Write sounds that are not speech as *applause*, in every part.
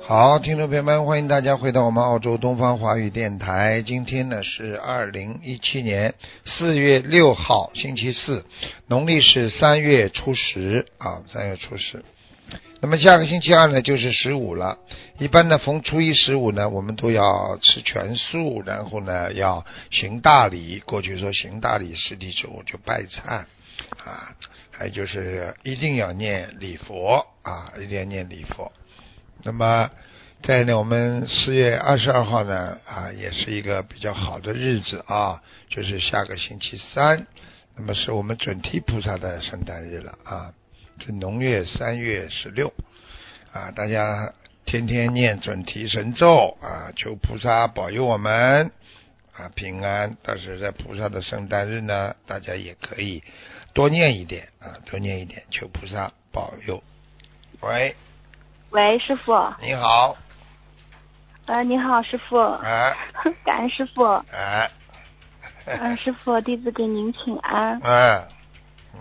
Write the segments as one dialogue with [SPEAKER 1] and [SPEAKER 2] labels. [SPEAKER 1] 好，听众朋友们，欢迎大家回到我们澳洲东方华语电台。今天呢是二零一七年四月六号，星期四，农历是三月初十啊，三月初十。那么下个星期二呢就是十五了。一般呢逢初一十五呢，我们都要吃全素，然后呢要行大礼。过去说行大礼，十地之五就拜忏啊，还有就是一定要念礼佛啊，一定要念礼佛。那么，在呢，我们四月二十二号呢，啊，也是一个比较好的日子啊，就是下个星期三，那么是我们准提菩萨的圣诞日了啊，是农历三月十六，啊，大家天天念准提神咒啊，求菩萨保佑我们啊平安。但是在菩萨的圣诞日呢，大家也可以多念一点啊，多念一点，求菩萨保佑。喂，
[SPEAKER 2] 喂，师傅，
[SPEAKER 1] 你好，
[SPEAKER 2] 呃，你好，师傅，
[SPEAKER 1] 哎、
[SPEAKER 2] *laughs* 感恩师傅，
[SPEAKER 1] 哎，
[SPEAKER 2] 嗯、师傅，弟子给您请
[SPEAKER 1] *laughs*
[SPEAKER 2] 安，
[SPEAKER 1] 哎，嗯，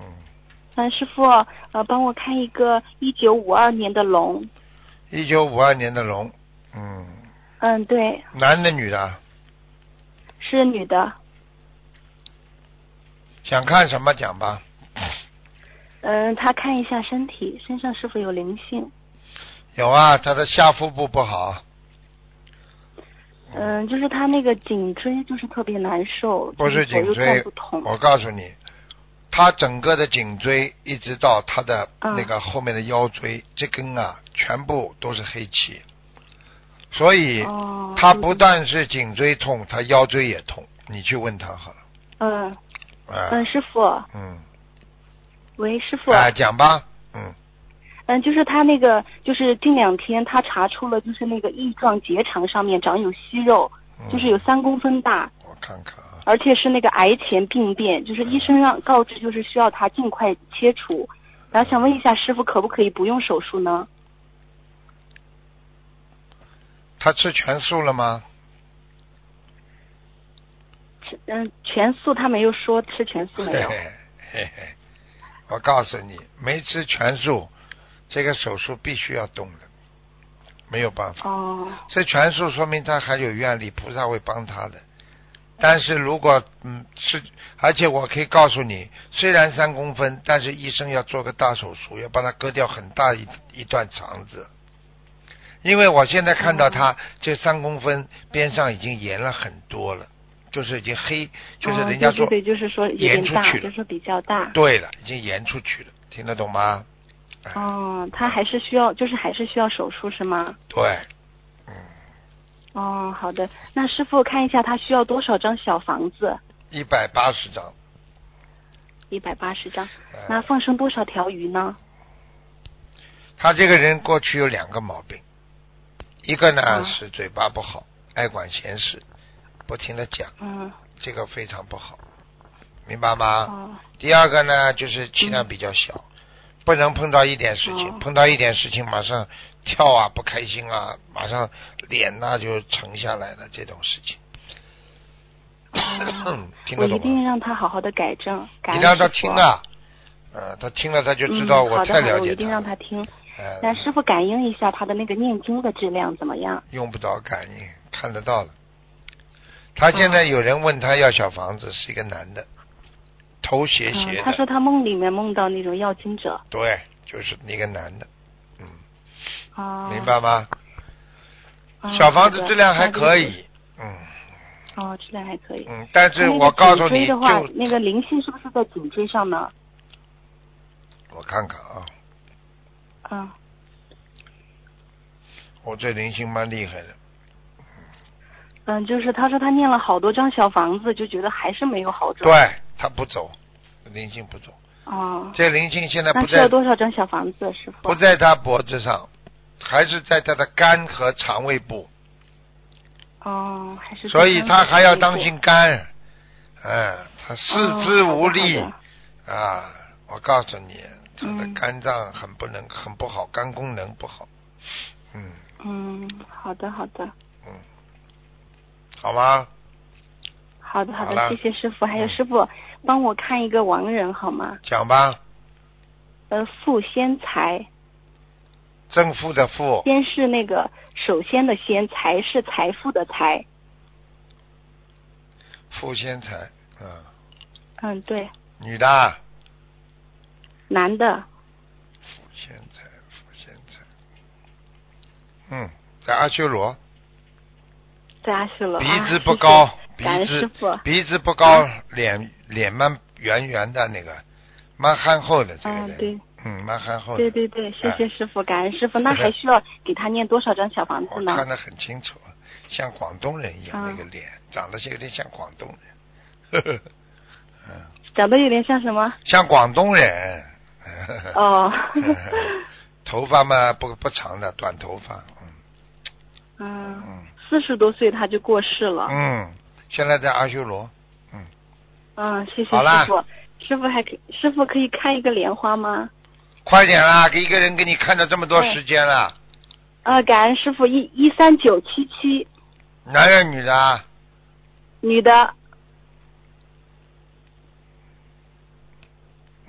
[SPEAKER 2] 嗯、师傅，呃，帮我看一个一九五二年的龙，
[SPEAKER 1] 一九五二年的龙，嗯，
[SPEAKER 2] 嗯，对，
[SPEAKER 1] 男的女的啊？
[SPEAKER 2] 是女的，
[SPEAKER 1] 想看什么讲吧？
[SPEAKER 2] 嗯、她看一下身体，身上是否有灵性，
[SPEAKER 1] 有啊，他的下腹部不好，啊
[SPEAKER 2] 嗯、就是她那个颈椎就是特别难受，
[SPEAKER 1] 不是
[SPEAKER 2] 就是
[SPEAKER 1] 颈
[SPEAKER 2] 左右转
[SPEAKER 1] 椎
[SPEAKER 2] 不通，，
[SPEAKER 1] 我告诉你，他整个的颈椎一直到他的
[SPEAKER 2] 嗯
[SPEAKER 1] 那个后面的腰椎、这根啊，全部都是黑气，所以
[SPEAKER 2] 哦，
[SPEAKER 1] 他不，但是颈椎痛，他腰椎也痛。你去问他好了，
[SPEAKER 2] 嗯、
[SPEAKER 1] 啊，
[SPEAKER 2] 嗯、师傅，
[SPEAKER 1] 嗯，
[SPEAKER 2] 喂，师傅，
[SPEAKER 1] 啊，讲吧，嗯，
[SPEAKER 2] 嗯，就是他那个，就是近两天他查出了，就是那个翼状结肠上面长有息肉，
[SPEAKER 1] 嗯
[SPEAKER 2] 就是有三公分大，
[SPEAKER 1] 我看看啊，
[SPEAKER 2] 而且是那个癌前病变，就是医生让告知就是需要他尽快切除。然后想问一下师傅，可不可以不用手术呢？
[SPEAKER 1] 他吃全素了吗？
[SPEAKER 2] 吃嗯，全素他没有说吃全素没有
[SPEAKER 1] 嘿。嘿嘿嘿，我告诉你，没吃全素，这个手术必须要动的，没有办法。
[SPEAKER 2] 哦，
[SPEAKER 1] 吃全素说明他还有愿力，菩萨会帮他的。但是如果嗯吃，而且我可以告诉你，虽然三公分，但是医生要做个大手术，要帮他割掉很大一一段肠子。因为我现在看到
[SPEAKER 2] 嗯
[SPEAKER 1] 他、这三公分边上已经延了很多了，就是已经黑，就是人家说、
[SPEAKER 2] 哦、对对对，就是说有
[SPEAKER 1] 延
[SPEAKER 2] 点
[SPEAKER 1] 出
[SPEAKER 2] 大，
[SPEAKER 1] 去了
[SPEAKER 2] 就是说比较大。
[SPEAKER 1] 对了，已经延出去了，听得懂吗？哎
[SPEAKER 2] 哦，他还是需要，就是还是需要手术是吗？
[SPEAKER 1] 对，
[SPEAKER 2] 哦，好的。那师傅看一下他需要多少张小房子？
[SPEAKER 1] 一百八十张。
[SPEAKER 2] 一百八十张。那
[SPEAKER 1] 呃，
[SPEAKER 2] 放生多少条鱼呢？
[SPEAKER 1] 他这个人过去有两个毛病，一个呢、
[SPEAKER 2] 啊
[SPEAKER 1] 是嘴巴不好，爱管闲事，不停的讲，
[SPEAKER 2] 嗯，
[SPEAKER 1] 这个非常不好，明白吗？
[SPEAKER 2] 哦，嗯
[SPEAKER 1] 第二个呢就是气量比较小，不能碰到一点事情，
[SPEAKER 2] 哦
[SPEAKER 1] 碰到一点事情马上跳啊，不开心啊，马上脸呐、就沉下来了，这种事情。
[SPEAKER 2] 哦
[SPEAKER 1] *coughs* 听
[SPEAKER 2] 我
[SPEAKER 1] 得懂吗？
[SPEAKER 2] 一定让他好好的改正。感
[SPEAKER 1] 你
[SPEAKER 2] 恩
[SPEAKER 1] 让他
[SPEAKER 2] 师傅
[SPEAKER 1] 听。啊，呃，他听了他就知道
[SPEAKER 2] 嗯、好
[SPEAKER 1] 我
[SPEAKER 2] 的
[SPEAKER 1] 太
[SPEAKER 2] 好的，
[SPEAKER 1] 了
[SPEAKER 2] 我
[SPEAKER 1] 解
[SPEAKER 2] 一定让
[SPEAKER 1] 他
[SPEAKER 2] 他
[SPEAKER 1] 了。
[SPEAKER 2] 听。
[SPEAKER 1] 呃
[SPEAKER 2] 那师傅感应一下他的那个念经的质量怎么样？
[SPEAKER 1] 用不着感应，看得到了。他现在有人问他要小房子，是一个男的，头斜
[SPEAKER 2] 嗯
[SPEAKER 1] 斜，
[SPEAKER 2] 他
[SPEAKER 1] 的，
[SPEAKER 2] 说他梦里面梦到那种要经者。
[SPEAKER 1] 对，就是一个男的，嗯，
[SPEAKER 2] 哦，
[SPEAKER 1] 明。白吗？
[SPEAKER 2] 哦、
[SPEAKER 1] 小房子
[SPEAKER 2] 好的
[SPEAKER 1] 质量还可。
[SPEAKER 2] 那就是
[SPEAKER 1] 以，嗯
[SPEAKER 2] 哦，质量还可以。
[SPEAKER 1] 嗯，但是
[SPEAKER 2] 那那个
[SPEAKER 1] 我告诉
[SPEAKER 2] 颈椎
[SPEAKER 1] 你，
[SPEAKER 2] 的话
[SPEAKER 1] 就
[SPEAKER 2] 那个灵性是不是在颈椎上呢？
[SPEAKER 1] 我看看啊，
[SPEAKER 2] 嗯，
[SPEAKER 1] 我这灵性蛮厉害的，
[SPEAKER 2] 嗯，就是他说他念了好多张小房子，就觉得还是没有好转。。
[SPEAKER 1] 对他不走，灵性不走，
[SPEAKER 2] 哦，
[SPEAKER 1] 这灵性现在
[SPEAKER 2] 那
[SPEAKER 1] 不
[SPEAKER 2] 需要
[SPEAKER 1] 在
[SPEAKER 2] 多少张小房子，师傅
[SPEAKER 1] 不？在他脖子上，还是在他的肝和肠胃部，
[SPEAKER 2] 哦，还是
[SPEAKER 1] 所以他还要当
[SPEAKER 2] 心
[SPEAKER 1] 心肝。嗯，他四肢无力、
[SPEAKER 2] 哦
[SPEAKER 1] 啊！我告诉你，他的
[SPEAKER 2] 嗯
[SPEAKER 1] 肝脏很不能，很不好，肝功能不好。嗯
[SPEAKER 2] 嗯，好的，好的，
[SPEAKER 1] 嗯，好吗？
[SPEAKER 2] 好的，好
[SPEAKER 1] 好
[SPEAKER 2] 的，
[SPEAKER 1] 了
[SPEAKER 2] 谢谢师傅。还有
[SPEAKER 1] 嗯
[SPEAKER 2] 师傅，帮我看一个亡人好吗？
[SPEAKER 1] 讲吧，
[SPEAKER 2] 呃，傅先才，
[SPEAKER 1] 正负的负，
[SPEAKER 2] 先是那个首先的先，财是财富的财。
[SPEAKER 1] 负先财，嗯，
[SPEAKER 2] 嗯，对，
[SPEAKER 1] 女的啊，
[SPEAKER 2] 男的，
[SPEAKER 1] 负先财，负先财，嗯，在阿修罗，
[SPEAKER 2] 对阿修罗。
[SPEAKER 1] 鼻
[SPEAKER 2] 啊
[SPEAKER 1] 子
[SPEAKER 2] 谢
[SPEAKER 1] 不
[SPEAKER 2] 谢
[SPEAKER 1] 高，
[SPEAKER 2] 感
[SPEAKER 1] 鼻
[SPEAKER 2] 恩师
[SPEAKER 1] 子
[SPEAKER 2] 傅。啊
[SPEAKER 1] 鼻子不高，脸脸蛮圆圆的那个，蛮憨厚的这个
[SPEAKER 2] 嗯，
[SPEAKER 1] 人，
[SPEAKER 2] 对
[SPEAKER 1] 嗯，蛮憨厚的。
[SPEAKER 2] 对对对，谢谢
[SPEAKER 1] 哎
[SPEAKER 2] 师傅，感恩师傅。那还需要给他念多少张小房子
[SPEAKER 1] 我
[SPEAKER 2] 呢？
[SPEAKER 1] 看得很清楚，像广东人一样、
[SPEAKER 2] 啊
[SPEAKER 1] 那个脸，长得是有点像广东人，呵呵，嗯，
[SPEAKER 2] 长得有点像什么？
[SPEAKER 1] 像广东人，呵呵
[SPEAKER 2] 哦，
[SPEAKER 1] *laughs* 哎头发嘛不不长的，短头发，
[SPEAKER 2] 嗯，
[SPEAKER 1] 嗯
[SPEAKER 2] 四十多岁他就过世了
[SPEAKER 1] 嗯。嗯，现在在阿修罗，
[SPEAKER 2] 嗯，谢谢
[SPEAKER 1] 好啦
[SPEAKER 2] 师傅。师傅还可以师傅可以看一个莲花吗？
[SPEAKER 1] 快点啦，给一个人给你看到这么多
[SPEAKER 2] 哎
[SPEAKER 1] 时间了，
[SPEAKER 2] 呃，感恩师傅一一三九七七
[SPEAKER 1] 男人女的啊，
[SPEAKER 2] 女的，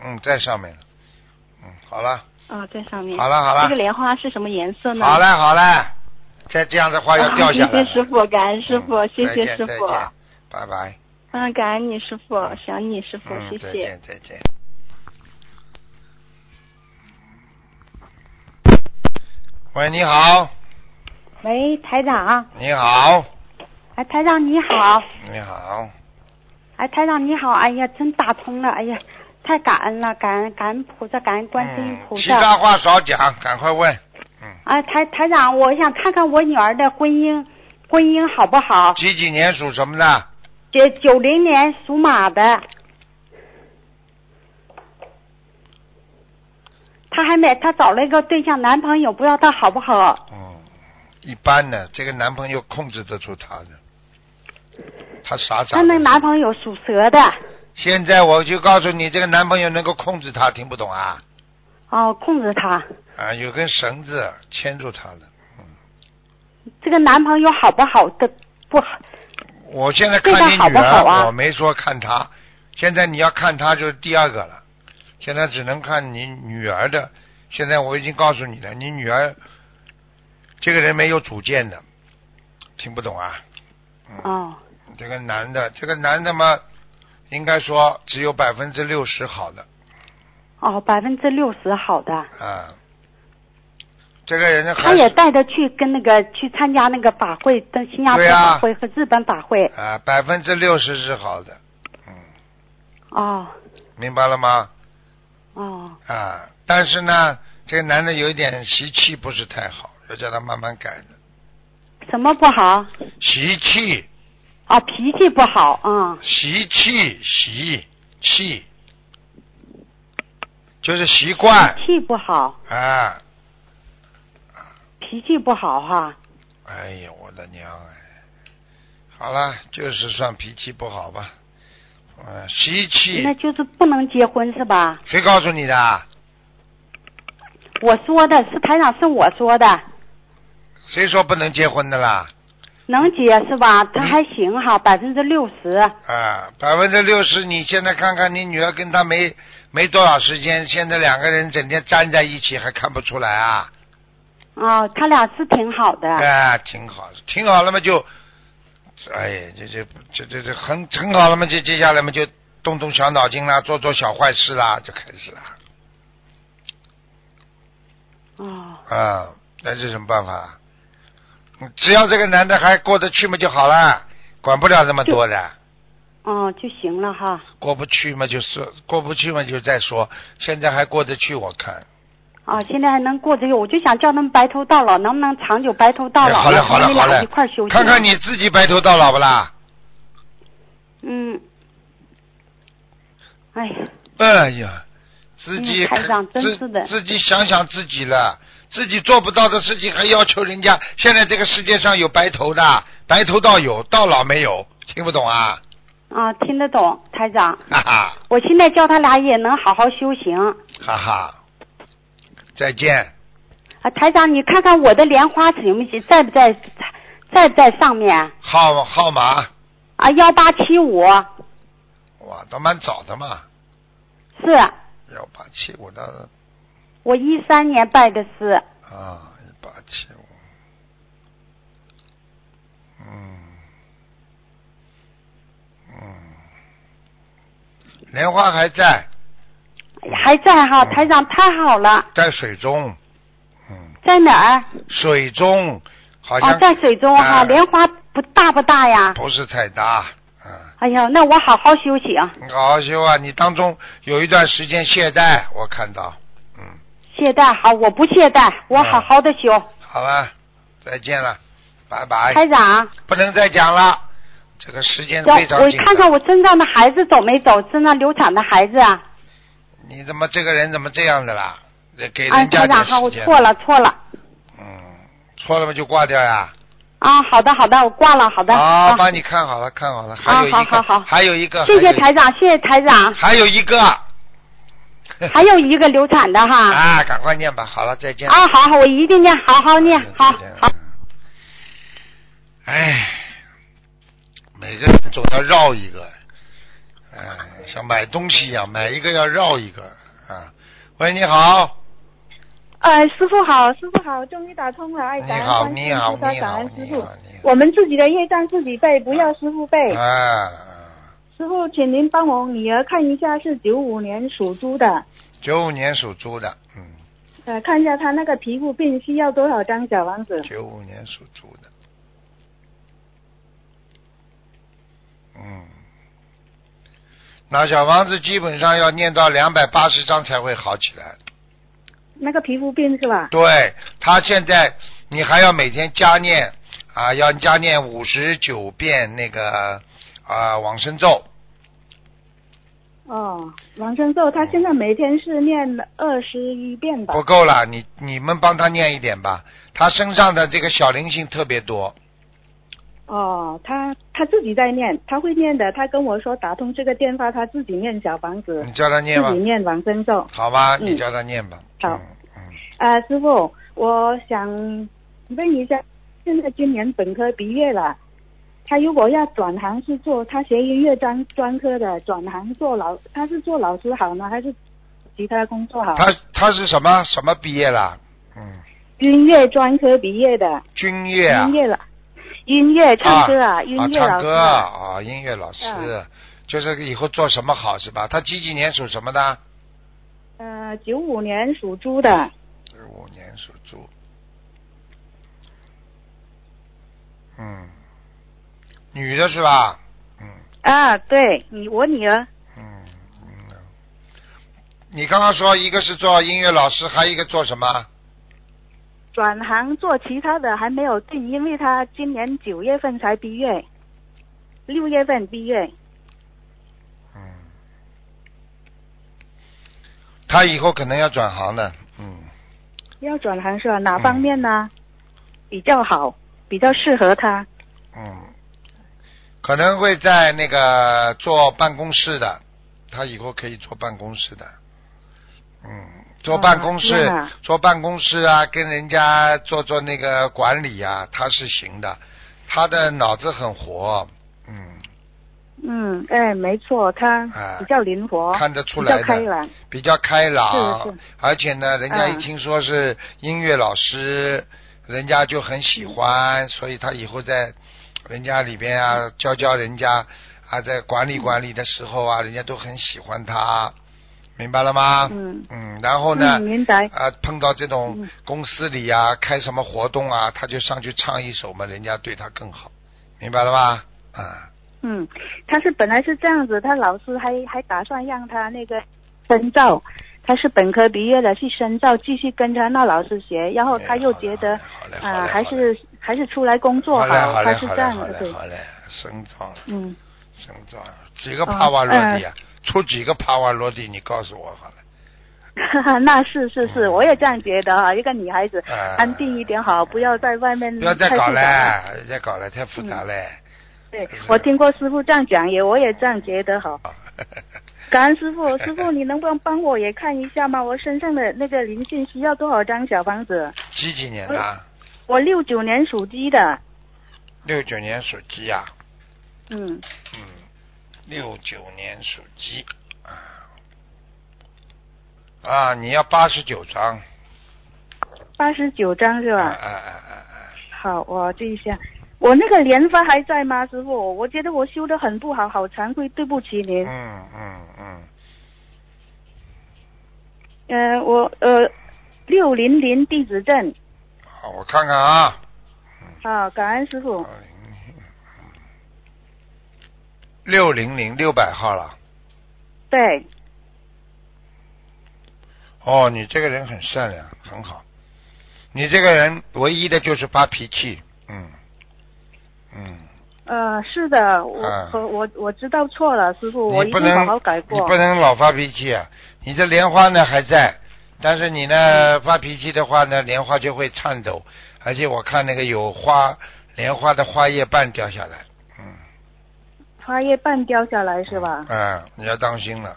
[SPEAKER 1] 嗯，在上面了，嗯，好了，
[SPEAKER 2] 啊、在上面。
[SPEAKER 1] 好了好了
[SPEAKER 2] 这个莲花是什么颜色呢？
[SPEAKER 1] 好嘞好嘞，再这样的话要掉下来了、
[SPEAKER 2] 啊谢谢师傅，感恩师傅，
[SPEAKER 1] 嗯
[SPEAKER 2] 谢
[SPEAKER 1] 再
[SPEAKER 2] 谢
[SPEAKER 1] 见
[SPEAKER 2] 师
[SPEAKER 1] 再
[SPEAKER 2] 傅。
[SPEAKER 1] 见拜拜。
[SPEAKER 2] 嗯，感恩你师傅，想你师傅，
[SPEAKER 1] 嗯，
[SPEAKER 2] 谢
[SPEAKER 1] 再
[SPEAKER 2] 谢。
[SPEAKER 1] 见再见。喂，你好，
[SPEAKER 3] 喂，台长，啊
[SPEAKER 1] 你好，
[SPEAKER 3] 哎，台长你好，
[SPEAKER 1] 你好，
[SPEAKER 3] 哎，台长你好，哎呀，真打通了，哎呀，太感恩了，感恩感恩菩萨，感恩观世音
[SPEAKER 1] 嗯
[SPEAKER 3] 菩
[SPEAKER 1] 其
[SPEAKER 3] 萨。
[SPEAKER 1] 他话少讲，赶快问。嗯，
[SPEAKER 3] 哎，台台长，我想看看我女儿的婚姻，婚姻好不好？
[SPEAKER 1] 几几年属什么的？
[SPEAKER 3] 九九零年属马的，她还没，她找了一个对象，男朋友不知道他好不好？
[SPEAKER 1] 嗯，一般的，这个男朋友控制得住她的，她傻傻
[SPEAKER 3] 她那
[SPEAKER 1] 的。
[SPEAKER 3] 男朋友属蛇的，
[SPEAKER 1] 现在我就告诉你，这个男朋友能够控制她，听不懂啊？
[SPEAKER 3] 哦，控制她。
[SPEAKER 1] 啊，有根绳子牵住她的。
[SPEAKER 3] 这个男朋友好不好的不好？
[SPEAKER 1] 我现在看
[SPEAKER 3] 对她
[SPEAKER 1] 你
[SPEAKER 3] 好
[SPEAKER 1] 女
[SPEAKER 3] 不
[SPEAKER 1] 儿，
[SPEAKER 3] 好啊
[SPEAKER 1] 我没说看她。现在你要看她就是第二个了，现在只能看你女儿的。现在我已经告诉你了，你女儿这个人没有主见的，听不懂啊？
[SPEAKER 3] 哦。
[SPEAKER 1] 这个男的，这个男的嘛，应该说只有百分之六十好的
[SPEAKER 3] 哦，百分之六十好的。
[SPEAKER 1] 啊。这个人还
[SPEAKER 3] 他也
[SPEAKER 1] 是
[SPEAKER 3] 带着去跟那个去参加那个法会，跟新加坡
[SPEAKER 1] 对啊
[SPEAKER 3] 法会和日本法会。
[SPEAKER 1] 啊，百分之六十是好的，
[SPEAKER 3] 哦
[SPEAKER 1] 明白了吗？
[SPEAKER 3] 哦
[SPEAKER 1] 啊，但是呢，这个男的有一点习气不是太好，要叫他慢慢改的。
[SPEAKER 3] 什么不好？
[SPEAKER 1] 习气，
[SPEAKER 3] 哦，脾气不好，嗯，
[SPEAKER 1] 习气，习气，就是习惯
[SPEAKER 3] 脾气不好，
[SPEAKER 1] 啊！
[SPEAKER 3] 脾气不好哈。
[SPEAKER 1] 哎呀，我的娘哎！好了，就是算脾气不好吧。嗯、习气
[SPEAKER 3] 那，就是不能结婚是吧？
[SPEAKER 1] 谁告诉你的啊？
[SPEAKER 3] 我说的是台长是我说的，
[SPEAKER 1] 谁说不能结婚的啦？
[SPEAKER 3] 能结是吧？他还行哈，百分之六十。
[SPEAKER 1] 啊，百分之六十，你现在看看你女儿跟他没没多少时间，现在两个人整天粘在一起，还看不出来啊？
[SPEAKER 3] 哦，他俩是挺好的。
[SPEAKER 1] 哎，挺好，挺好了嘛就，哎呀，这这这这这很很好了嘛，就接下来嘛就动动小脑筋啦，做做小坏事啦，就开始啦。
[SPEAKER 3] 哦
[SPEAKER 1] 啊、那是什么办法？只要这个男的还过得去嘛就好了，管不了那么多的，
[SPEAKER 3] 哦就行了哈。
[SPEAKER 1] 过不去嘛就是过不去嘛就再说，现在还过得去，我看。
[SPEAKER 3] 啊，现在还能过这个，我就想叫他们白头到老，能不能长久白头到
[SPEAKER 1] 哎
[SPEAKER 3] 老？
[SPEAKER 1] 好嘞好嘞
[SPEAKER 3] 你
[SPEAKER 1] 好
[SPEAKER 3] 俩一
[SPEAKER 1] 嘞
[SPEAKER 3] 块儿修，行。
[SPEAKER 1] 看看。你自己白头到老不啦？
[SPEAKER 3] 嗯。哎呀，
[SPEAKER 1] 哎呀，自己、
[SPEAKER 3] 嗯台长真是的
[SPEAKER 1] 自自己想想自己了，自己做不到的事情还要求人家。现在这个世界上有白头的，白头到有，到老没有，听不懂啊？ *laughs*
[SPEAKER 3] 啊，听得懂，台长。
[SPEAKER 1] 哈哈，
[SPEAKER 3] 我现在叫他俩也能好啊好修行。
[SPEAKER 1] 哈哈，再见。
[SPEAKER 3] 啊，台长，你看看我的莲花行不行，在不在，在不在上面？
[SPEAKER 1] 号号码，
[SPEAKER 3] 啊，幺八七五
[SPEAKER 1] 哇，倒蛮早的嘛，
[SPEAKER 3] 是
[SPEAKER 1] 幺八七五的
[SPEAKER 3] 我一三年拜的师，
[SPEAKER 1] 啊，一八七五，嗯，嗯，莲花还在，
[SPEAKER 3] 还在哈，
[SPEAKER 1] 嗯
[SPEAKER 3] 台长太好了，
[SPEAKER 1] 在水中，嗯，
[SPEAKER 3] 在哪儿？
[SPEAKER 1] 水中好像、
[SPEAKER 3] 哦，在水中哈，
[SPEAKER 1] 啊
[SPEAKER 3] 莲花不大不大呀？
[SPEAKER 1] 不是太大，啊，
[SPEAKER 3] 哎呀，那我好好休息啊，
[SPEAKER 1] 你好好修啊！你当中有一段时间懈怠，我看到，嗯，
[SPEAKER 3] 懈怠好，我不懈怠，我好好的修。
[SPEAKER 1] 好了，再见了，拜拜，
[SPEAKER 3] 台长，
[SPEAKER 1] 不能再讲了，这个时间
[SPEAKER 3] 要
[SPEAKER 1] 非常
[SPEAKER 3] 我
[SPEAKER 1] 紧
[SPEAKER 3] 看看
[SPEAKER 1] 张。
[SPEAKER 3] 我身上的孩子走没走，身上流产的孩子啊？
[SPEAKER 1] 你怎么这个人怎么这样的啦？得给
[SPEAKER 3] 啊，
[SPEAKER 1] 人家
[SPEAKER 3] 台
[SPEAKER 1] 点
[SPEAKER 3] 长哈，
[SPEAKER 1] 时
[SPEAKER 3] 我
[SPEAKER 1] 间。
[SPEAKER 3] 错了错了。
[SPEAKER 1] 嗯，错了嘛就挂掉呀。
[SPEAKER 3] 啊，好的好的，我挂了，好的。
[SPEAKER 1] 好，
[SPEAKER 3] 啊
[SPEAKER 1] 帮你看好了，看好了，还有一个，
[SPEAKER 3] 好好好
[SPEAKER 1] 还有一个，
[SPEAKER 3] 谢谢
[SPEAKER 1] 还有
[SPEAKER 3] 台长，谢谢台长。
[SPEAKER 1] 还有一个，
[SPEAKER 3] 还有一个流产的哈。
[SPEAKER 1] *laughs* 啊，赶快念吧。好了，再见。
[SPEAKER 3] 啊，好，好，我一定念，好好念，好
[SPEAKER 1] 再见嗯
[SPEAKER 3] 好。。
[SPEAKER 1] 哎，每个人总要绕一个，哎，像买东西一样，买一个要绕一个啊。喂，你好，
[SPEAKER 4] 呃，师傅好，师傅好，终于打通了，哎，
[SPEAKER 1] 你
[SPEAKER 4] 感恩
[SPEAKER 1] 好
[SPEAKER 4] 观世
[SPEAKER 1] 你
[SPEAKER 4] 音
[SPEAKER 1] 好
[SPEAKER 4] 菩萨
[SPEAKER 1] 你
[SPEAKER 4] 感
[SPEAKER 1] 好
[SPEAKER 4] 恩师
[SPEAKER 1] 你
[SPEAKER 4] 傅
[SPEAKER 1] 好你。好
[SPEAKER 4] 我们自己的业障自己背，不要师傅背。
[SPEAKER 1] 啊，
[SPEAKER 4] 师傅，请您帮我女儿看一下，是九五年属猪的，
[SPEAKER 1] 九五年属猪的，嗯，
[SPEAKER 4] 呃，看一下她那个皮肤病需要多少张小王子？
[SPEAKER 1] 九五年属猪的，嗯，那小房子基本上要念到两百八十章才会好起来。
[SPEAKER 4] 那个皮肤病是吧？
[SPEAKER 1] 对他现在，你还要每天加念啊，要加念五十九遍那个啊往生咒，
[SPEAKER 4] 哦，王生寿，她现在每天是念二十一遍吧
[SPEAKER 1] 不？够了，你你们帮他念一点吧。他身上的这个小灵性特别多，
[SPEAKER 4] 哦，她她自己在念，她会念的。她跟我说打通这个电话，她自己念小房子，
[SPEAKER 1] 你叫他嗯念吧
[SPEAKER 4] 自己，念王生咒。
[SPEAKER 1] 好吧，
[SPEAKER 4] 嗯
[SPEAKER 1] 你叫他念吧。
[SPEAKER 4] 好
[SPEAKER 1] 嗯嗯，
[SPEAKER 4] 啊，师傅，我想问一下，现在今年本科毕业了，他如果要转行是做他学音乐专专科的，转行做老，他是做老师好呢，还是其他工作好？
[SPEAKER 1] 他他是什么什么毕业啦？嗯，
[SPEAKER 4] 音乐专科毕业的，
[SPEAKER 1] 军乐啊
[SPEAKER 4] 音，乐了，音乐唱歌
[SPEAKER 1] 啊
[SPEAKER 4] 音
[SPEAKER 1] 啊
[SPEAKER 4] 乐
[SPEAKER 1] 唱
[SPEAKER 4] 老师
[SPEAKER 1] 歌
[SPEAKER 4] 啊、
[SPEAKER 1] 啊，啊音乐老师
[SPEAKER 4] 嗯，
[SPEAKER 1] 就是以后做什么好是吧？他几几年属什么的？
[SPEAKER 4] 呃，九五年属猪的，
[SPEAKER 1] 九五年属猪。嗯，女的是吧？嗯
[SPEAKER 4] 啊，对你我女儿，
[SPEAKER 1] 嗯嗯。你刚刚说一个是做音乐老师，还有一个做什么？
[SPEAKER 4] 转行做其他的还没有定，因为他今年九月份才毕业，六月份毕业。
[SPEAKER 1] 嗯，他以后可能要转行的。嗯，
[SPEAKER 4] 要转行是吧？哪方面呢？
[SPEAKER 1] 哎
[SPEAKER 4] 比较好，比较适合他。
[SPEAKER 1] 嗯，可能会在那个做办公室的，他以后可以做办公室的。嗯，做办公室，
[SPEAKER 4] 啊那
[SPEAKER 1] 做办公室啊，跟人家做做那个管理啊，他是行的。他的脑子很活，嗯，
[SPEAKER 4] 嗯，哎，没错，他
[SPEAKER 1] 哎
[SPEAKER 4] 比较灵活，
[SPEAKER 1] 看得出
[SPEAKER 4] 比
[SPEAKER 1] 来
[SPEAKER 4] 较
[SPEAKER 1] 的，
[SPEAKER 4] 开朗。
[SPEAKER 1] 比较开朗，
[SPEAKER 4] 是是
[SPEAKER 1] 而且呢，人家一
[SPEAKER 4] 嗯
[SPEAKER 1] 听说是音乐老师，人家就很喜欢，
[SPEAKER 4] 嗯
[SPEAKER 1] 所以他以后在人家里边啊教教人家啊，在管理管理的时候啊，人家都很喜欢他，明白了吗？
[SPEAKER 4] 嗯
[SPEAKER 1] 嗯，然后呢？
[SPEAKER 4] 嗯，明白。
[SPEAKER 1] 啊，碰到这种
[SPEAKER 4] 嗯
[SPEAKER 1] 公司里啊，开什么活动啊，他就上去唱一首嘛，人家对他更好，明白了吧？啊，
[SPEAKER 4] 嗯，他是本来是这样子，他老师还还打算让他那个深造。他是本科毕业的，去深造继续跟他那老师学，然后他又觉得
[SPEAKER 1] 哎好嘞，好嘞好嘞
[SPEAKER 4] 啊、
[SPEAKER 1] 好嘞
[SPEAKER 4] 还是还是出来工作
[SPEAKER 1] 好嘞好
[SPEAKER 4] 他
[SPEAKER 1] 嘞
[SPEAKER 4] 是
[SPEAKER 1] 好
[SPEAKER 4] 这
[SPEAKER 1] 嘞
[SPEAKER 4] 样
[SPEAKER 1] 好
[SPEAKER 4] 的，
[SPEAKER 1] 嘞
[SPEAKER 4] 对，
[SPEAKER 1] 好嘞，升状了。
[SPEAKER 4] 嗯， *laughs*
[SPEAKER 1] 省装几个帕瓦罗蒂
[SPEAKER 4] 哎
[SPEAKER 1] 啊？出几个帕瓦罗蒂？你告诉我好了。
[SPEAKER 4] 哈哈，那是是
[SPEAKER 1] 嗯
[SPEAKER 4] 是，我也这样觉得啊，一个女孩子
[SPEAKER 1] 哎
[SPEAKER 4] 安定一点好，不要在外面
[SPEAKER 1] 不要再
[SPEAKER 4] 太
[SPEAKER 1] 搞
[SPEAKER 4] 复杂了。
[SPEAKER 1] 了，不要再搞了，太复杂了。
[SPEAKER 4] 对，我听过师傅这样讲，也我也这样觉得好。
[SPEAKER 1] 啊
[SPEAKER 4] *laughs* 感恩师
[SPEAKER 1] *laughs*
[SPEAKER 4] 傅，师傅你能不能帮我也看一下吗？我身上的那个灵性需要多少张小房子？
[SPEAKER 1] 几几年的？
[SPEAKER 4] 我六九年属鸡的，
[SPEAKER 1] 六九年属鸡啊。
[SPEAKER 4] 嗯，
[SPEAKER 1] 嗯，六九年属鸡啊。啊，你要八十九张，
[SPEAKER 4] 八十九张是吧？
[SPEAKER 1] 哎哎哎哎，
[SPEAKER 4] 好，我记一下。我那个莲花还在吗，师傅？我觉得我修的很不好，好惭愧，对不起您。
[SPEAKER 1] 嗯嗯嗯，
[SPEAKER 4] 嗯、我呃，六零零地址证。
[SPEAKER 1] 好，我看看啊。
[SPEAKER 4] 好，感恩师傅。
[SPEAKER 1] 六零零六百号了。
[SPEAKER 4] 对，
[SPEAKER 1] 哦，你这个人很善良，很好。你这个人唯一的就是发脾气，嗯，嗯，
[SPEAKER 4] 呃，是的，我、
[SPEAKER 1] 啊
[SPEAKER 4] 和我我知道错了，师傅，我
[SPEAKER 1] 你
[SPEAKER 4] 一
[SPEAKER 1] 不
[SPEAKER 4] 定
[SPEAKER 1] 能
[SPEAKER 4] 好好改
[SPEAKER 1] 你
[SPEAKER 4] 过
[SPEAKER 1] 不。能老发脾气、啊。你这莲花呢还在，但是你
[SPEAKER 4] 嗯
[SPEAKER 1] 呢发脾气的话呢，莲花就会颤抖，而且我看那个有花莲花的花叶瓣掉下来，
[SPEAKER 4] 花叶半掉下来是吧？
[SPEAKER 1] 嗯，你要当心了。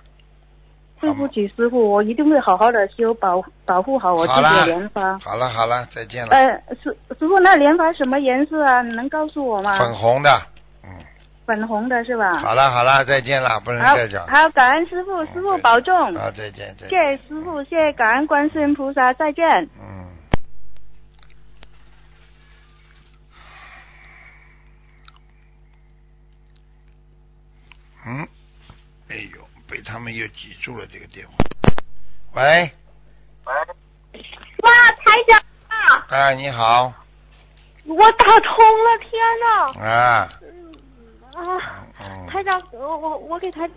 [SPEAKER 4] 对不起，师傅，我一定会好好的修，保保护哦好我自己
[SPEAKER 1] 好啦嗯
[SPEAKER 4] 的莲花。
[SPEAKER 1] 好了好了，再见了。
[SPEAKER 4] 呃，师师傅，那莲花什么颜色啊？你能告诉我吗？
[SPEAKER 1] 粉红的，嗯，
[SPEAKER 4] 粉红的是吧？
[SPEAKER 1] 好了好了，再见了，不能
[SPEAKER 4] 好
[SPEAKER 1] 再讲，。嗯
[SPEAKER 4] 好，感恩师傅，师傅保重。
[SPEAKER 1] 啊，再见再见。
[SPEAKER 4] 谢谢师傅，谢谢感恩观世音菩萨，再见。
[SPEAKER 1] 嗯。嗯，哎呦，被他们又挤住了这个电话。喂，
[SPEAKER 5] 哇，台长啊，
[SPEAKER 1] 哎，你好，
[SPEAKER 5] 我打通了，天呐！
[SPEAKER 1] 啊，
[SPEAKER 5] 啊，
[SPEAKER 1] 嗯，
[SPEAKER 5] 台长，我我我给台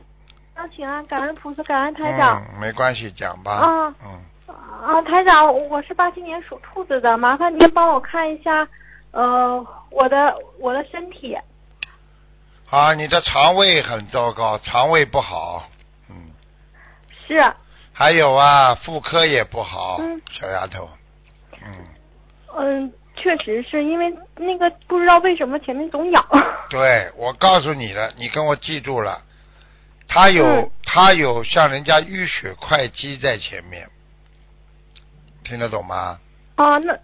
[SPEAKER 5] 长请安，感恩菩萨，感恩台长。
[SPEAKER 1] 嗯，没关系，讲吧，
[SPEAKER 4] 哦
[SPEAKER 5] 啊
[SPEAKER 1] 嗯，
[SPEAKER 5] 啊，台长，我是八七年属兔子的，麻烦您帮我看一下，呃，我的我的身体。
[SPEAKER 1] 啊，你的肠胃很糟糕，肠胃不好，嗯，
[SPEAKER 5] 是，
[SPEAKER 1] 还有啊，妇科也不好，
[SPEAKER 5] 嗯
[SPEAKER 1] 小丫头，嗯，
[SPEAKER 5] 嗯，确实是因为那个不知道为什么前面总痒。
[SPEAKER 1] 对，我告诉你了，你跟我记住了，他有、
[SPEAKER 5] 嗯
[SPEAKER 1] 他有像人家淤血快积在前面，听得懂吗？
[SPEAKER 5] 啊，那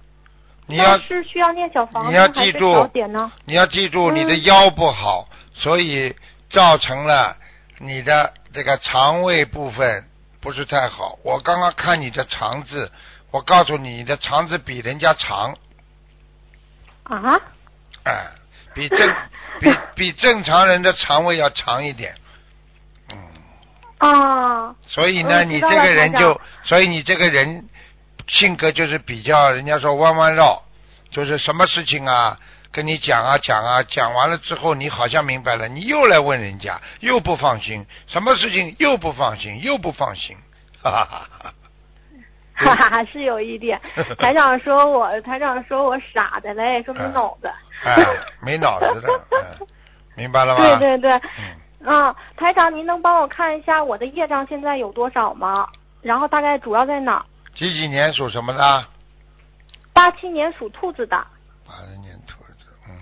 [SPEAKER 1] 你要
[SPEAKER 5] 那是需要念小房
[SPEAKER 1] 你要
[SPEAKER 5] 子哦还
[SPEAKER 1] 记
[SPEAKER 5] 是
[SPEAKER 1] 住
[SPEAKER 5] 小点呢？
[SPEAKER 1] 你要记住，
[SPEAKER 5] 嗯
[SPEAKER 1] 你的腰不好，所以造成了你的这个肠胃部分不是太好。我刚刚看你的肠子，我告诉你，你的肠子比人家长，
[SPEAKER 5] 啊，
[SPEAKER 1] 哎、比
[SPEAKER 5] *laughs*
[SPEAKER 1] 正比比正常人的肠胃要长一点，嗯。
[SPEAKER 5] 啊，
[SPEAKER 1] 所以呢，
[SPEAKER 5] 嗯
[SPEAKER 1] 你
[SPEAKER 5] 知
[SPEAKER 1] 这
[SPEAKER 5] 道了
[SPEAKER 1] 个人
[SPEAKER 5] 台
[SPEAKER 1] 就
[SPEAKER 5] 长，
[SPEAKER 1] 所以你这个人性格就是比较，人家说弯弯绕，就是什么事情啊，跟你讲啊讲啊，讲完了之后，你好像明白了，你又来问人家，又不放心，什么事情又不放心，又不放心，哈哈哈哈。。
[SPEAKER 5] *laughs* 哈哈，是有一点
[SPEAKER 1] *laughs*
[SPEAKER 5] 台长说我，台长说我傻的嘞，说没脑子。
[SPEAKER 1] 哎，没脑子的，嗯，明白了吗？
[SPEAKER 5] *laughs* 对对对，
[SPEAKER 1] 嗯，
[SPEAKER 5] 嗯，台长，您能帮我看一下我的业障现在有多少吗？然后大概主要在哪儿？
[SPEAKER 1] 几几年属什么的？啊
[SPEAKER 5] 八七年属兔子的，
[SPEAKER 1] 八零年兔子，嗯。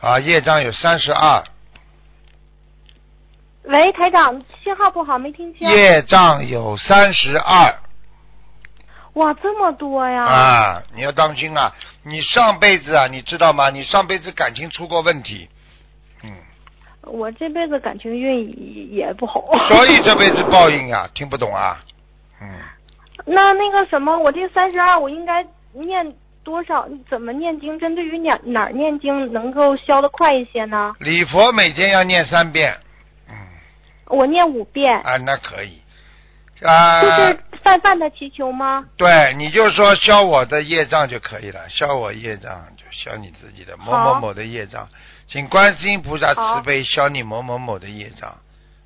[SPEAKER 1] 啊，业障有三十二，
[SPEAKER 5] 喂，台长，信号不好，没听清。
[SPEAKER 1] 业障有三十二
[SPEAKER 5] 哇，这么多呀！
[SPEAKER 1] 啊，你要当心啊！你上辈子啊，你知道吗？你上辈子感情出过问题，嗯，
[SPEAKER 5] 我这辈子感情运也也不好。
[SPEAKER 1] 所以这辈子报应啊，听不懂啊，嗯，
[SPEAKER 5] *laughs* 那那个什么，我这三十二，我应该念多少？怎么念经？针对于哪哪儿念经能够消得快一些呢？
[SPEAKER 1] 礼佛每天要念三遍，嗯，
[SPEAKER 5] 我念五遍，
[SPEAKER 1] 啊，那可以，啊，
[SPEAKER 5] 就是泛泛的祈求吗？
[SPEAKER 1] 对，你就说消我的业障就可以了，消我业障就消你自己的某某某的业障，请观世音菩萨慈悲消你某某某的业障，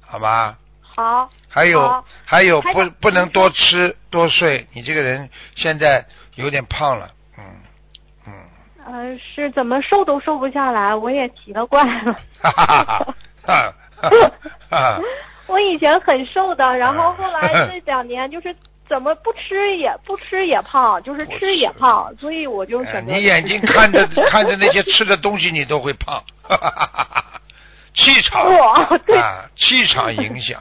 [SPEAKER 1] 好吗？
[SPEAKER 5] 好，
[SPEAKER 1] 还有
[SPEAKER 5] 好
[SPEAKER 1] 还有
[SPEAKER 5] 台
[SPEAKER 1] 不
[SPEAKER 5] 长
[SPEAKER 1] 不能多吃多睡，你这个人现在有点胖了，嗯嗯，
[SPEAKER 5] 呃，是怎么瘦都瘦不下来，我也奇了怪
[SPEAKER 1] *laughs*
[SPEAKER 5] 了。
[SPEAKER 1] 哈哈哈哈哈哈 *laughs* 哈哈，
[SPEAKER 5] 我以前很瘦的，然后后
[SPEAKER 1] 啊
[SPEAKER 5] 来这两年就是怎么不吃也不吃也胖，就是吃也胖，所以我就
[SPEAKER 1] 哎
[SPEAKER 5] 选择、
[SPEAKER 1] 你眼睛看
[SPEAKER 5] *laughs*
[SPEAKER 1] 着看着那些吃的东西，你都会胖，哈哈哈哈哈气场 *laughs*
[SPEAKER 5] 哇对
[SPEAKER 1] 啊，气场影响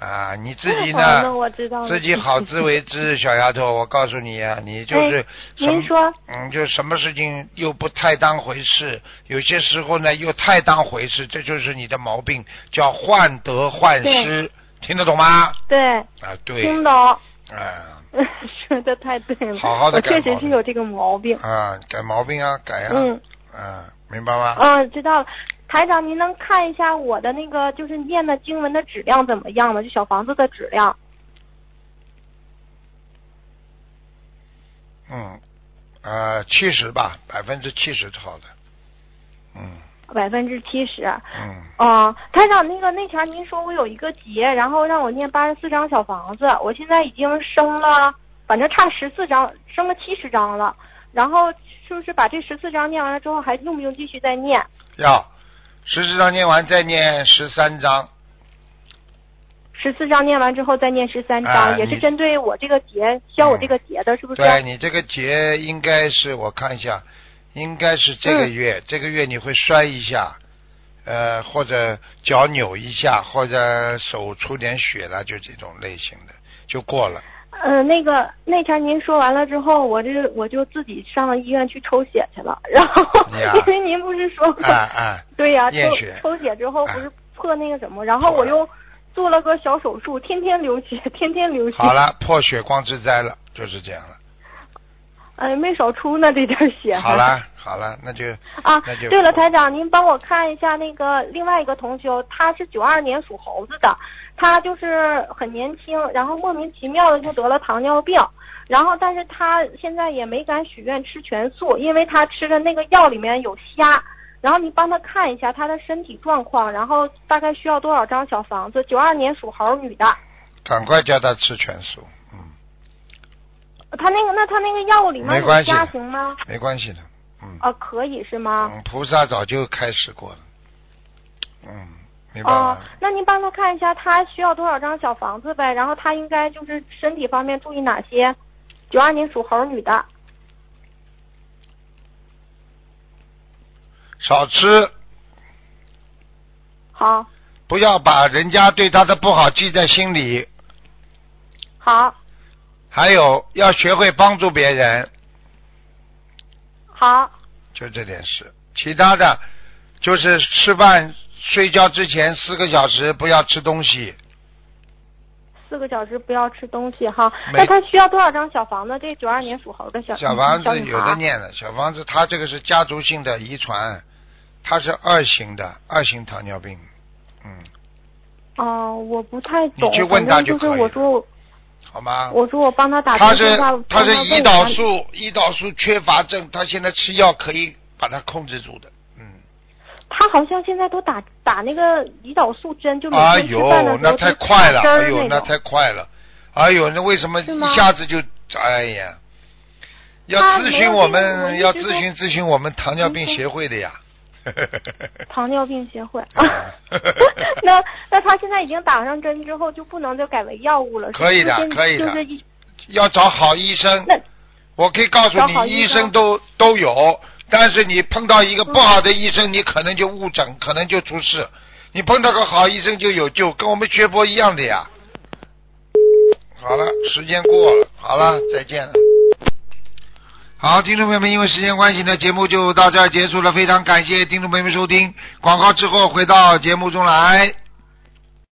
[SPEAKER 1] 啊，你自己
[SPEAKER 5] 好
[SPEAKER 1] 呢
[SPEAKER 5] 哦那我知道了
[SPEAKER 1] 自己好自为之，小丫头，我告诉你啊，你就是
[SPEAKER 5] 哎
[SPEAKER 1] 什么
[SPEAKER 5] 您说
[SPEAKER 1] 嗯，就什么事情又不太当回事，有些时候呢又太当回事，这就是你的毛病，叫患得患失，听得懂吗？
[SPEAKER 5] 对，
[SPEAKER 1] 啊，对，
[SPEAKER 5] 听懂， *laughs*
[SPEAKER 1] 啊
[SPEAKER 5] 说的太对了，
[SPEAKER 1] 好好地
[SPEAKER 5] 我
[SPEAKER 1] 改
[SPEAKER 5] 确
[SPEAKER 1] 毛
[SPEAKER 5] 实是有这个毛病。
[SPEAKER 1] 啊，改毛病啊，改啊，
[SPEAKER 5] 嗯
[SPEAKER 1] 啊，明白吗？
[SPEAKER 5] 嗯，知道了。台长，您能看一下我的那个就是念的经文的质量怎么样吗？就小房子的质量。
[SPEAKER 1] 嗯，啊，七十吧，百分之七十好的，嗯
[SPEAKER 5] 百分之七十，
[SPEAKER 1] 嗯，
[SPEAKER 5] 哦，台长，那个那前儿您说我有一个劫，然后让我念八十四张小房子，我现在已经升了，反正差十四张，升了七十张了。然后是不是把这十四张念完了之后，还用不用继续再念？
[SPEAKER 1] 要十四章念完再念十三章，
[SPEAKER 5] 十四张念完之后再念十三张，
[SPEAKER 1] 哎
[SPEAKER 5] 也是
[SPEAKER 1] 你嗯
[SPEAKER 5] 针对我这个劫消我这个劫的，是不是？
[SPEAKER 1] 对你这个节应该是我看一下，应该是这个
[SPEAKER 5] 嗯
[SPEAKER 1] 月，这个月你会摔一下，呃，或者脚扭一下，或者手出点血了，就这种类型的就过了。
[SPEAKER 5] 嗯、那个那天您说完了之后，我这我就自己上了医院去抽血去了。然后、
[SPEAKER 1] 哎呀
[SPEAKER 5] *laughs* 因为您不是说过
[SPEAKER 1] 哎哎，
[SPEAKER 5] 对呀、
[SPEAKER 1] 验
[SPEAKER 5] 抽
[SPEAKER 1] 血
[SPEAKER 5] 抽血之后
[SPEAKER 1] 哎
[SPEAKER 5] 不是破那个什么，然后
[SPEAKER 1] 破
[SPEAKER 5] 我
[SPEAKER 1] 了
[SPEAKER 5] 又做了个小手术，天天流血，天天流血，
[SPEAKER 1] 好了，破血光之灾了，就是这样了。
[SPEAKER 5] 哎，没少出呢这点血。
[SPEAKER 1] 好了好了，那就
[SPEAKER 5] 啊
[SPEAKER 1] 那就，
[SPEAKER 5] 对了，台长，您帮我看一下那个另外一个同修，他是九二年属猴子的，他就是很年轻，然后莫名其妙的就得了糖尿病，然后但是他现在也没敢许愿吃全素，因为他吃的那个药里面有虾。然后你帮他看一下他的身体状况，然后大概需要多少张小房子？九二年属猴女的，
[SPEAKER 1] 赶快叫他吃全素，嗯，
[SPEAKER 5] 他那个那他那个药里面
[SPEAKER 1] 没关
[SPEAKER 5] 有
[SPEAKER 1] 系
[SPEAKER 5] 虾行吗？
[SPEAKER 1] 没关系的，嗯，
[SPEAKER 5] 啊，可以是吗？
[SPEAKER 1] 嗯，菩萨早就开始过了，嗯，明白
[SPEAKER 5] 哦
[SPEAKER 1] 吗？，
[SPEAKER 5] 那您帮他看一下他需要多少张小房子呗？然后他应该就是身体方面注意哪些？九二年属猴女的，
[SPEAKER 1] 少吃，
[SPEAKER 5] 好，
[SPEAKER 1] 不要把人家对他的不好记在心里，
[SPEAKER 5] 好，
[SPEAKER 1] 还有要学会帮助别人，
[SPEAKER 5] 好，
[SPEAKER 1] 就这点事，其他的就是吃饭、睡觉之前四个小时不要吃东西，
[SPEAKER 5] 四个小时不要吃东西哈。
[SPEAKER 1] 没
[SPEAKER 5] 那他需要多少张小房子？这九二年属猴的小嗯
[SPEAKER 1] 小房
[SPEAKER 5] 小
[SPEAKER 1] 子
[SPEAKER 5] 女
[SPEAKER 1] 有
[SPEAKER 5] 孩
[SPEAKER 1] 的念了，小房子它这个是家族性的遗传，它是二型的，二型糖尿病。嗯，
[SPEAKER 5] 哦、我不太懂。
[SPEAKER 1] 你去问他
[SPEAKER 5] 反
[SPEAKER 1] 就
[SPEAKER 5] 正
[SPEAKER 1] 可
[SPEAKER 5] 就
[SPEAKER 1] 以
[SPEAKER 5] 是我说我
[SPEAKER 1] 好吗？
[SPEAKER 5] 我说我帮他打
[SPEAKER 1] 他
[SPEAKER 5] 通
[SPEAKER 1] 是
[SPEAKER 5] 电话
[SPEAKER 1] 他是
[SPEAKER 5] 帮
[SPEAKER 1] 胰
[SPEAKER 5] 问
[SPEAKER 1] 岛
[SPEAKER 5] 一
[SPEAKER 1] 素
[SPEAKER 5] 下
[SPEAKER 1] 胰岛素缺乏症，他现在吃药可以把它控制住的。嗯，
[SPEAKER 5] 他好像现在都打打那个胰岛素针，就每
[SPEAKER 1] 哎
[SPEAKER 5] 天吃饭
[SPEAKER 1] 呦，
[SPEAKER 5] 的时候
[SPEAKER 1] 那
[SPEAKER 5] 就
[SPEAKER 1] 太快了，
[SPEAKER 5] 打针儿
[SPEAKER 1] 哎呦，那
[SPEAKER 5] 种
[SPEAKER 1] 太快了，哎呦，那为什么
[SPEAKER 5] 是吗
[SPEAKER 1] 一下子就哎呀？要
[SPEAKER 5] 他
[SPEAKER 1] 咨
[SPEAKER 5] 没
[SPEAKER 1] 询
[SPEAKER 5] 有
[SPEAKER 1] 我
[SPEAKER 5] 这个我
[SPEAKER 1] 们，
[SPEAKER 5] 一
[SPEAKER 1] 要
[SPEAKER 5] 直
[SPEAKER 1] 咨
[SPEAKER 5] 都
[SPEAKER 1] 询咨询我们糖尿病
[SPEAKER 5] 嗯
[SPEAKER 1] 协会的呀。 *laughs*
[SPEAKER 5] 糖尿病协会。
[SPEAKER 1] 啊
[SPEAKER 5] *laughs* 那那他现在已经打上针之后，就不能再改为药物了。是
[SPEAKER 1] 可以的
[SPEAKER 5] 不是就
[SPEAKER 1] 可以的
[SPEAKER 5] 就是一
[SPEAKER 1] 要找好医生
[SPEAKER 5] 那。
[SPEAKER 1] 我可以告诉
[SPEAKER 5] 找
[SPEAKER 1] 你
[SPEAKER 5] 好，医
[SPEAKER 1] 医
[SPEAKER 5] 生
[SPEAKER 1] 生都都有，但是你碰到一个不好的医生，你可能就误诊，可能就出事。你碰到个好医生就有救，跟我们学佛一样的呀。好了，时间过了，好了，再见了。好，听众朋友们，因为时间关系呢，节目就到这儿结束了。非常感谢听众朋友们收听，广告之后回到节目中来。